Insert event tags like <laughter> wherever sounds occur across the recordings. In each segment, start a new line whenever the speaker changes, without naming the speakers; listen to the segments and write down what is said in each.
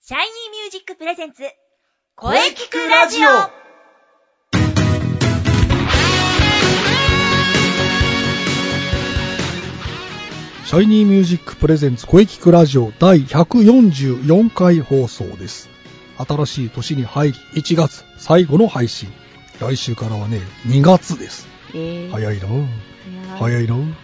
シャイニーミュージックプレゼンツ、
声聞くラジオ
シャイニーミュージックプレゼンツ声聞くラジオ第144回放送です。新しい年に入り1月最後の配信。来週からはね、2月です。
え
早いなぁ早いなぁ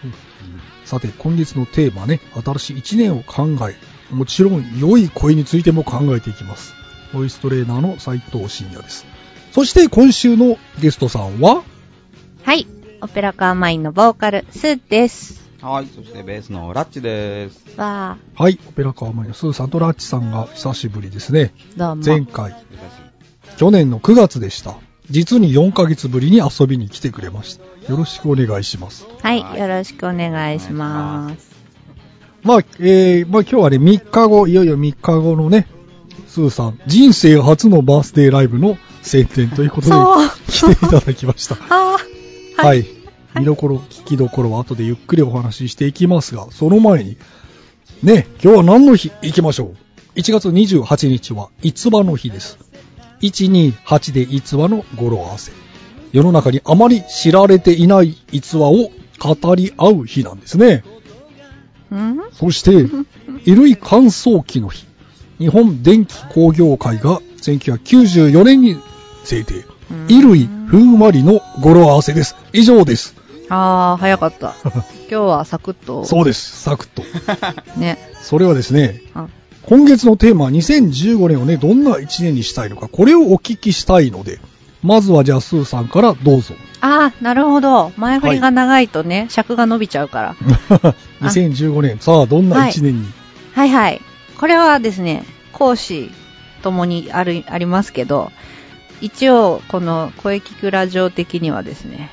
さて、今月のテーマね、新しい1年を考え、もちろん良い声についても考えていきます。ボイストレーナーの斉藤慎也です。そして今週のゲストさんは、
はい。オペラカーマインのボーカル、スーです。
はい、そしてベースのラッチです。
わ
はい、オペラカーマイのスーさんとラッチさんが久しぶりですね。
ー、どうも。
前回、
久し
去年の9月でした。実に4ヶ月ぶりに遊びに来てくれました。よろしくお願いします。
はい。よろしくお願いします。
まあ、えー、まあ今日はね、3日後、いよいよ3日後のね、スーさん、人生初のバースデーライブの宣伝ということで
そ
来
う、
ていただきました。
あー
はい。見どころ、聞きどころは後でゆっくりお話ししていきますが、その前に、ね、今日は何の日行きましょう。1月28日は、逸話の日です。128で逸話の語呂合わせ。世の中にあまり知られていない逸話を語り合う日なんですね。
うん
そして、衣類乾燥機の日、日本電気工業会が1994年に制定。
うん
衣類ふんわりの語呂合わせです。以上です。
あー、早か <laughs> った。今日はサクッと。
そうです。サクッと。
ね。
それはです
<laughs>
ね、
あ
今月のテーマ2015年をね、どんな1年にしたいのか、これをお聞きしたいので、まずはじゃあスーさんからど
<laughs>
うぞ。
あー、なるほど。前振りが長いとね、尺が伸びちゃうから。
2015年、さあどんな1年に、
はいはい。これはですね、講師ともにある、ありますけど、一応、この声聞くラジオ的にはですね、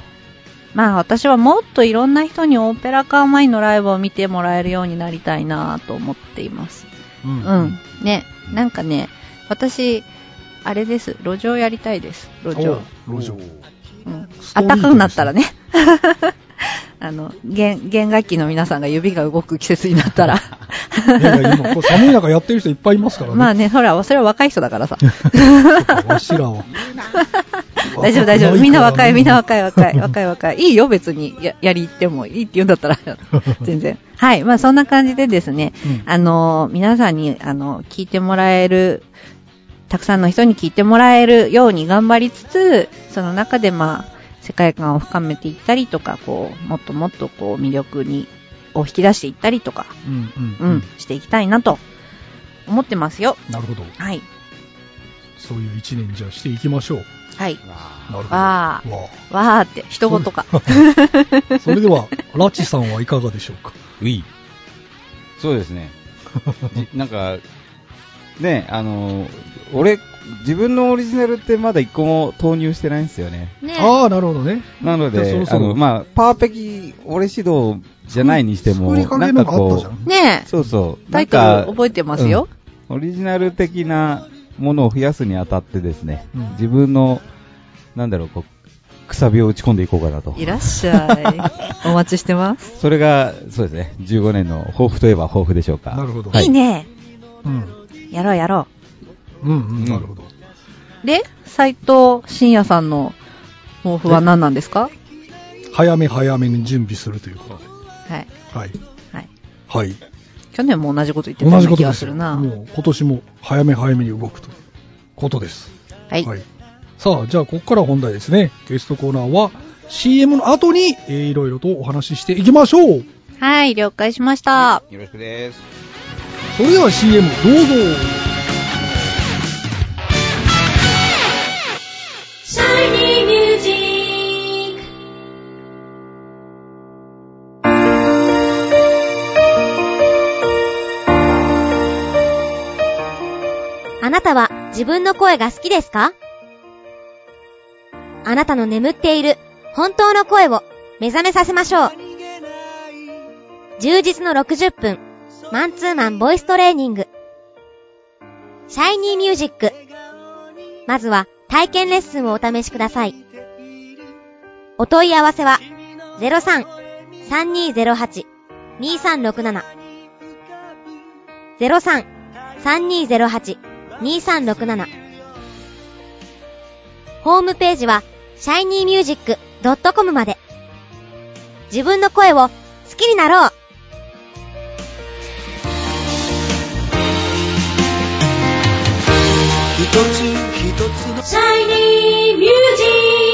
まあ私はもっといろんな人にオペラカーマインのライブを見てもらえるようになりたいなと思っています。
う
うんん。ね、なんかね、私、あれです、路上やりたいです、路上。
お路上。
うん
スト
あ
リートですね
ったかくなったらね。 <laughs> あの、弦、弦楽器の皆さんが指が動く季節になっ
<laughs>
たら。
いやいや
<laughs>
今こう寒い中やってる人いっぱいいますからね。
まあね、それは、それは若い人だからさ。
そっかわし
<laughs>
らは。
大丈夫大丈夫。みんな若い、みんな
い。
若い、若い、若い、若い。いいよ、別に。や、やり行ってもいいって言うんだったら。全然。はい。まあ、そんな感じでですね、
うん
あのー、皆さんに、あの、聞いてもらえる、たくさんの人に聞いてもらえるように頑張りつつ、その中で、まあ、世界観を深めていったりとか、こう、もっともっと、こう、魅力に、を引き出していったりとか、
うんうん
うん、していきたいなと、思ってますよ。
なるほど。
はい。
そういう一年じゃあしていきましょう。
はい。
なるほど。
わー
わ
わーって、人言か。
あそれでは、ラチさんはいかがでしょうか。
うい。そうですね。じなんか、ね、あの、俺、自分のオリジナルってまだ一個も投入してないんですよね。
ね
ああ、なるほどね。
なの
じゃあそ
で
ろ、そ
あ
ろ
の、まあ、パーペキ、俺指導じゃないにしても、
作りか
な
け
ん
の
か
があったじ
こ
ゃ
う、
ん。
ねえ。
そうそう、
タ
なん
イト
か
ル、覚えてますよ。
オリジナル的なものを増やすにあたってですね、
うん
自分の、なんだろう、こう、くさびを打ち込んでいこうかなと。
いらっしゃい。お待ちしてます。
それが、そうですね、15年の抱負といえば抱負でしょうか。
なるほど。
はい
いいね。
うん。
やろうやろ
うんうん、なるほど。
う。で、斎藤慎也さんの抱負は何なんですか
早め早めに準備するということで。
はい。
はい。
はい。
はい。
去年も同じこと言ってたよ
同
う
じ
な
こと
気が
ですす
る
よ。
な。
もう今年も早め早めに動くということです。
はい。
はい。さあ、じゃあ、ここから本題ですね。ゲストコーナーは、CM の後に、えーいろいろとお話ししていきましょう。
はい、了解しました。
よろしくです。
それでは CM どうぞ。
シャイニーミュージックあなたは自分の声が好きですかあなたの眠っている本当の声を目覚めさせましょう。充実の60分、マンツーマンボイストレーニング。シャイニーミュージック。まずは体験レッスンをお試しください。お問い合わせは03-3208-2367 03-3208-2367 2367ホームページは shinymusic.com まで自分の声を好きになろうシャイニーミュージ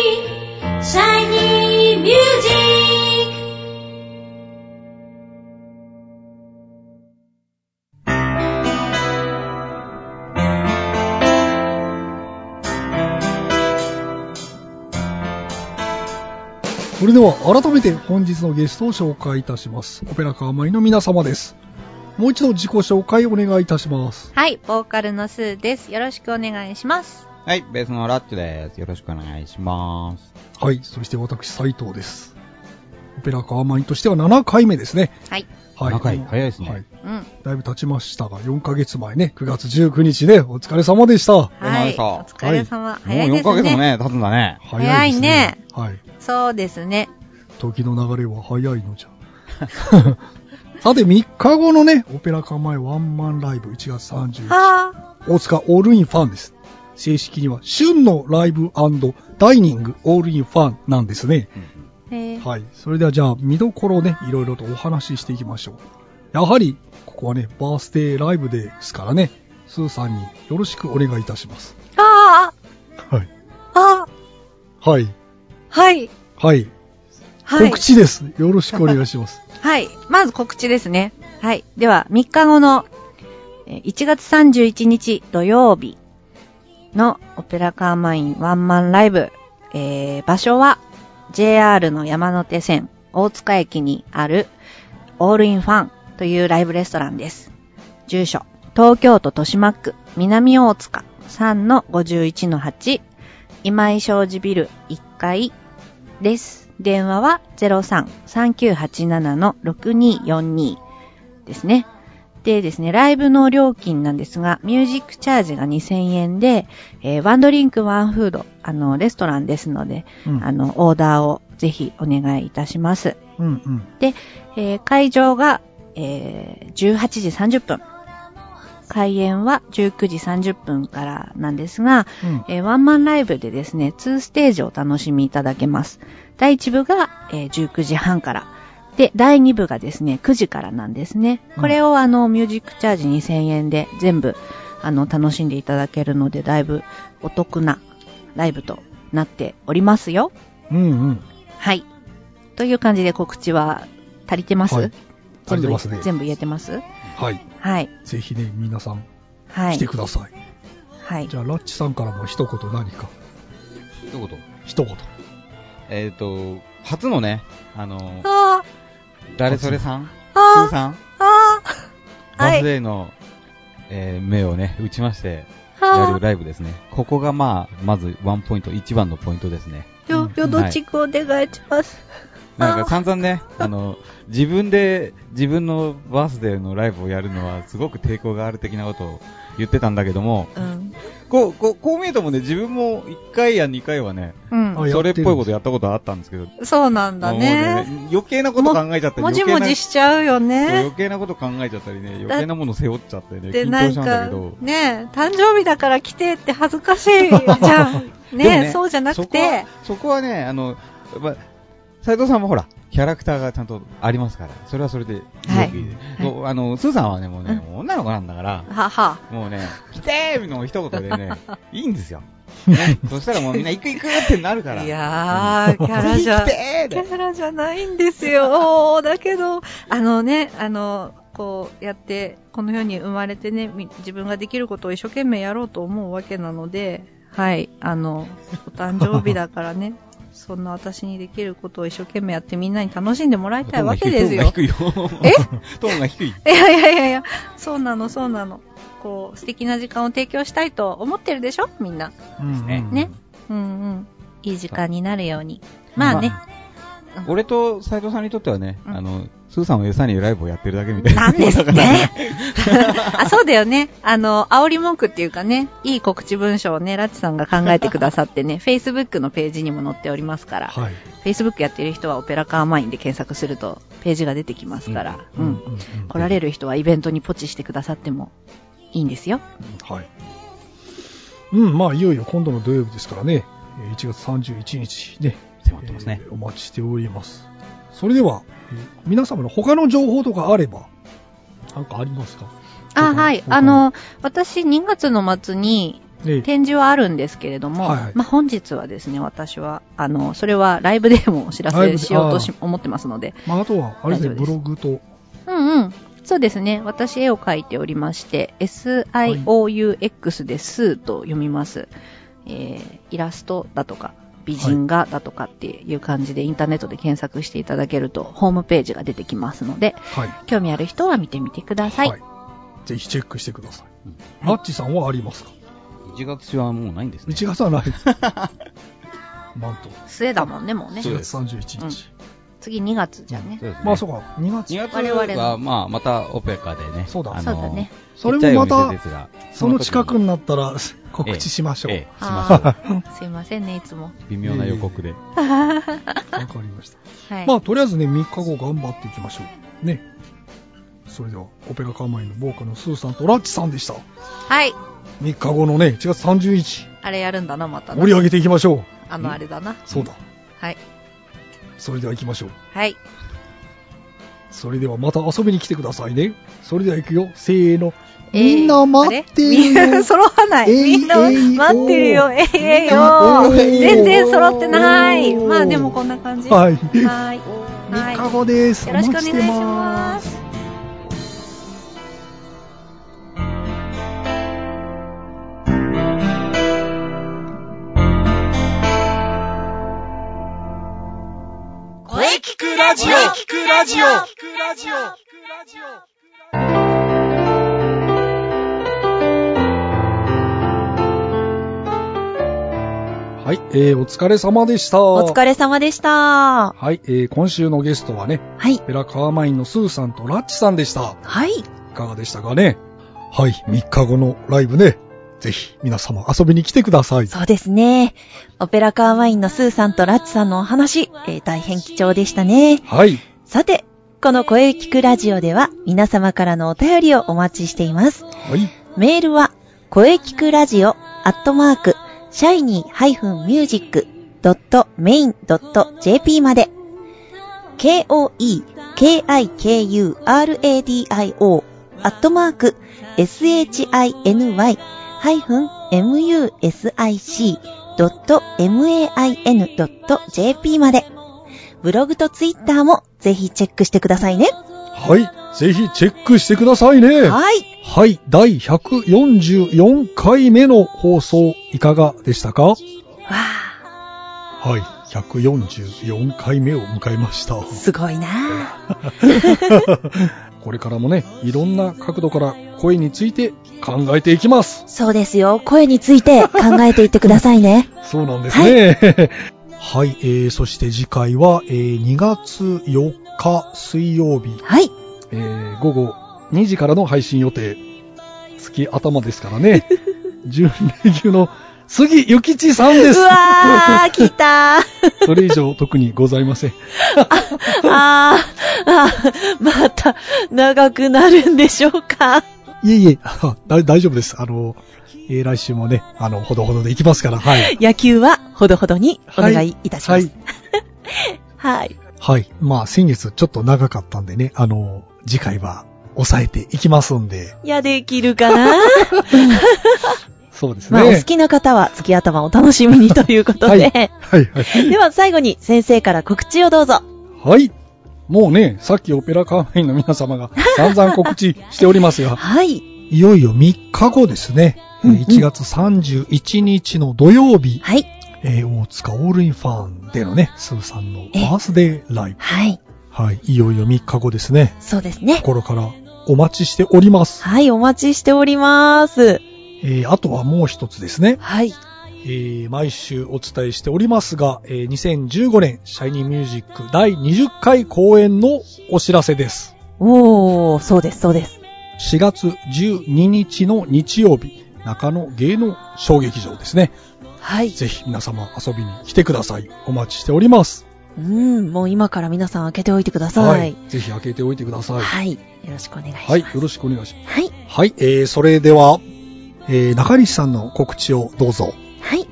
ックシャイニーミュージッ
それでは改めて本日のゲストを紹介いたしますオペラカーマイの皆様ですもう一度自己紹介お願いいたします
はい、ボーカルのスーです。よろしくお願いします。
はい、ベースのラッチュです。よろしくお願いします。
はいそして私斉藤ですオペラカーマイとしては7回目ですね
はい。
はい
7回早いですね
はい
うん。
だいぶ経ちましたが4ヶ月前ね9月19日ねお疲れ様でした
はい。
お
お疲れ様。早い
もう
で
4ヶ
す
月も
ね。
ね、経つんだね。
早いですはい
そうですね。
時の流れは早いのじゃ <laughs> さて3日後のねオペラ館前ワンマンライブ1月30日
は
大塚オールインファンです正式には旬のライブダイニングオールインファンなんですね
ぁ。へー
はいそれではじゃあ見どころをねいろいろとお話ししていきましょうやはりここはねバースデーライブですからねスーさんによろしくお願いいたします
あ
はい
ああ
はい
はい。
はい、
はい
告。知ですよろしくお願いします
はい。まず告知ですね。はい。では、3日後のえー1月31日土曜日のオペラカーマインワンマンライブ。えー場所は JR の山手線大塚駅にあるオールインファンというライブレストランです。住所、東京都豊島区南大塚3-51-8今井商事ビル1階です。電話は03-3987-6242ですね。でですね、ライブの料金なんですが、ミュージックチャージが2000円で、えーワンドリンクワンフード、あの、レストランですので、
うん
<laughs> あの、オーダーをぜひお願いいたします。
うんうん
えー会場が、えー18時30分。開演は19時30分からなんですが、
うん
えーワンマンライブでですね、2ステージをお楽しみいただけます。第1部が、えー19時半から。で、第2部がですね、9時からなんですね。これをあの、ミュージックチャージ2000円で全部、あの、楽しんでいただけるので、だいぶお得なライブとなっておりますよ。
うんうん
はい。という感じで告知は足りてます、
はい足りてますね
全部全部言えてます
はい
はい。
ぜひね、皆さん
は
来て
い。
ください。
はい
じ。ゃあ、ラッチさんからも一言何か。
どういうこと
一言。
えっ、と、初のね、あの、
あ
誰それさん
ー
ス
あ
ー
ー
さん
あ
バー
は
ス
い。
デーの、えー目をね、打ちまして、や
あ
るライブですね。ここがまあ、まずワンポイント、一番のポイントですね。
ーよ、よどちくお願いします。
なんか散々ね、あの、自分で、自分のバースデーのライブをやるのは、すごく抵抗がある的なことを言ってたんだけども、
うん。
こう、こう、こう見えてもね、自分も1回や2回はね、
うん。
あ
それっぽいことやったことはあったんですけど、
そうなんだ
もう
ね。
ね余計なこと考えちゃったり、
もじ
余
も
計な
じしちゃうよ
そう
ね
余。計なこと考えちゃったりね、余計なもの背負っちゃってね、
で、
緊
な
張し
ん
ち
か
ゃうんだけど、、
ね誕生日だから来てって恥ずかしいじゃ
<laughs>
ん。
で
ね
も
そうじゃなく
そこは
て。
そこはね、あの、ま、斉藤さんもほら、キャラクターがちゃんとありますから、それはそれで、
はい
よくいいで
はい
こうあの、スーさんはね、もうね、
うん
もう女の子なんだから、
はは。
もうね、来てーの一言で
<laughs>
ね、いいんですよ。ね、そしたらもうみんな行く行くってなるから。
いやー、キャラじゃ。
ぜ
キ
<laughs> ひ来てーで
ャラじゃないんですよ。 <laughs> だけど、あのね、あの、こうやって、この世に生まれてね、み自分ができることを一生懸命やろうと思うわけなので、はい、あの、お誕生日だから <laughs> ね、そんな私にできることを一生懸命やってみんなに楽しんでもらいたいわけですよ。
トーンが低いよ。えトーンが低い。
いやいやいやいや、そうなのそうなの。こう、素敵な時間を提供したいと思ってるでしょみんな。
うん
ね
ねうんうん。いい時間になるように。
ま
ま
あ
あね。
俺と斉藤さんにとってはね、
うん
あの、スーさんを餌にライブをやってるだけみたいな。
なんですっ
だ
て
からね <laughs>
あ、そうだよね。あの、煽り文句っていうかね、いい告知文章をね、ラッチさんが考えてくださって <laughs> ね、Facebook のページにも載っておりますから、
はい。
Facebook やってる人はオペラカーマインで検索するとページが出てきますから、うん。
うん
来られる人はイベントにポチしてくださってもいいんですよ。
はい。うん、まあ、いよいよ今度の土曜日ですからね、えー1月31日ね、
迫ってますね
えーお待ちしております。それでは、えー皆様の他の情報とかあれば、なんかありますか
あ、はい。あ、の、私、2月の末に
ね
展示はあるんですけれども、
はいはい
まあ、本日はですね、私は、あの、それはライブでもお知ら
ライブ
せ
で
しようとし
あ
思ってますので、
まあ、あとは、あれですね、
大
ブ
丈
ロ
夫
グと、
うんうん。そうですね。私、絵を描いておりまして、SIOUX でスーと読みます。えー、イラストだとか、美人画だとかっていう感じで、インターネットで検索していただけると、ホームページが出てきますので、
はい。
興味ある人は見てみてください。
ぜひチェックしてください。マッチさんはありますか
1月中はもうないんですね。
1月は
<laughs>
ないです。なんと、
末だもんね、もうね
そ。う
1
で
月31日。
次2月じゃね
そう。ですね
まあ、そうか、2月
2。月
我々
は、
の
まあ、またオペカでね。
そうだ
あの
そうだね。
それもま
ちっちゃいお
た
店で、すが
その近く
に
になった
<laughs>
ら告知しましょう。
ええ
わ、
しましょ
あ
う
ーすいませんね、いつも。
微妙な予告で。
かりました。
はい。
まあ、とりあえずね、3日後頑張っていきましょう。ね。それでは、オペラカーマインのボーカルのスーさんとラッチさんでした。
はい。
3日後のね、1月31日、
あれやるんだな、またな
盛り上げていきましょう。
あの、あれだな。
そうだ。
はい。
それでは行きましょう。
はい。
それではまた遊びに来てくださいね。それでは行くよ。せーの。
えー
みんな待って
あ
る
れみんな
よ。
揃わない。
えい
みんな
えい
待っ
お
てるよ。
ー
えいえい
お
よ。
ー
全然揃ってない。
おー
まあでもこんな感じ。
はい。
はーい。
3日後です。
よろしくお願い
お待ちて
し
ま
ますす。
声聞くラジオ聞くラジオ聞くラジオ
はい、えー、お疲れ様でした。
お疲れ様でした。
はい、えー、今週のゲストはね、
はい。
ペラカーマインのスーさんとラッチさんでした。
はい。
いかがでしたかねはい、3日後のライブね、ぜひ皆様遊びに来てください。
そうですね。オペラカーワインのスーさんとラッチさんのお話、えー大変貴重でしたね。
はい、
さて、この声聞くラジオでは皆様からのお便りをお待ちしています。
はい、
メールは、声聞くラジオ、アットマーク、シャイニー -music.main.jp まで、k-o-e-k-i-k-u-r-a-d-i-o、アットマーク、shiny-music.main.jp まで、ブログとツイッターもぜひチェックしてくださいね。
はい、ぜひチェックしてくださいね。
はい。
はい、第144回目の放送いかがでしたか
わあ、
はい、144回目を迎えました。
すごいなあ
これからもね、いろんな角度から声について考えていきます。
そうですよ。声について考えていってくださいね。
そうなんですね。 <laughs> はい、えー、そして次回は、えー、2月4日水曜日、
<laughs> はい。
えー、午後2時からの配信予定。月頭ですから <laughs> ね。準レギュの杉ゆきちさんです
う。わー、来 <laughs> たー。
それ以上特にございません。
あー、あー、また、長くなるんでしょうか。
いえいえ、 <laughs> あだ大丈夫です。あの、えー、来週もね、あの、ほどほどでいきますから、はい。
野球はほどほどにお願いいたしま
は
す
い。。
はい。
はい。まあ、先月ちょっと長かったんでね、あの、次回は抑えていきますんで。
いや、できるか
<laughs>
な
そうですね。
まあ、お好きな方は月頭を楽しみにということで。
はいは
<laughs>
い。
では、最後に先生から告知をどうぞ。
はい。もうね、さっきオペラカーメインの皆様が散々告知しておりますが、
はい。
<laughs> いよいよ3日後ですね。え
うんうん
ー1月31日の土曜日、
はい。
えー大塚オールインファンでのね、スーさんのバースデーライブ。
はい。
はい。いよいよ3日後ですね。
そうですね。
心からお待ちしております。
はい、お待ちしております。
えーあとはもう一つですね。
はい。
えー毎週お伝えしておりますが、えー2015年シャイニーミュージック第20回公演のお知らせです。
おー、そうです、そうです。
4月12日の日曜日、中野芸能小劇場ですね。
はい。
ぜひ皆様遊びに来てください。お待ちしております。
うん、もう今から皆さん開けておいてくだ
は
さい
い。。ぜひ開けておいてください。
はい。よろしくお願いします。
はい、よろしくお願いします。
はい。
はい、えー、それでは、えー中西さんの告知をどうぞ。
はい。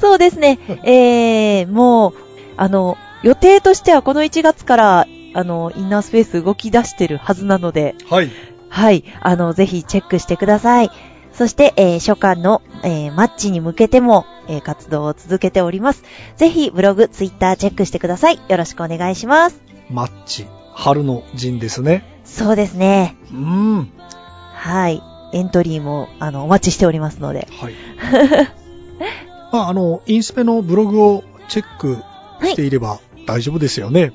そうですね。えー、もう、あの、予定としてはこの1月から、あの、インナースペース動き出してるはずなので、
はい。
はい。あの、ぜひチェックしてください。そして、えー初夏の、えーマッチに向けても、えー活動を続けております。ぜひ、ブログ、ツイッターチェックしてください。よろしくお願いします。
マッチ、春の陣ですね。
そうですね。
うん。は
はい。エントリーも、あの、お待ちしておりますので。 <laughs>
い。まあ、あの、インスペのブログをチェックしていれば大丈夫ですよね。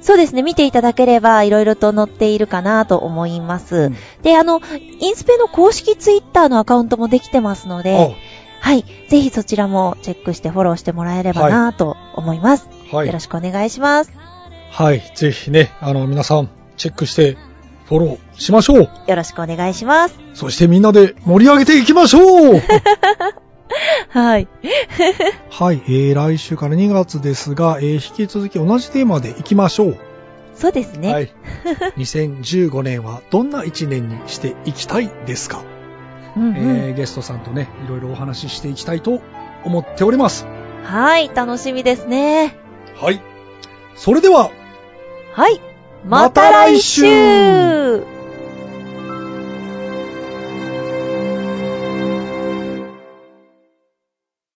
そうですね。見ていただければ、いろいろと載っているかなと思います。
うん
で、あの、インスペの公式ツイッターのアカウントもできてますので、はい。ぜひそちらもチェックしてフォローしてもらえればなと思います。
あは
よろ
い。
しくお願いします。
はい。ぜひね、あの、皆さん、チェックして、フォローしましょう。
よろしくお願いします。
そしてみんなで盛り上げていきましょ
<laughs>
う
はい。
はい、えー、来週から2月ですが、えー、引き続き同じテーマでいきましょう。
そうですね。
はい。2015年はどんな1年にしていきたいですか、
うんうん
えー、ゲストさんとね、いろいろお話ししていきたいと思っております。
はい。楽しみですね。
はい。それでは、
はい。
ま
ま
た
た
来
来
週
週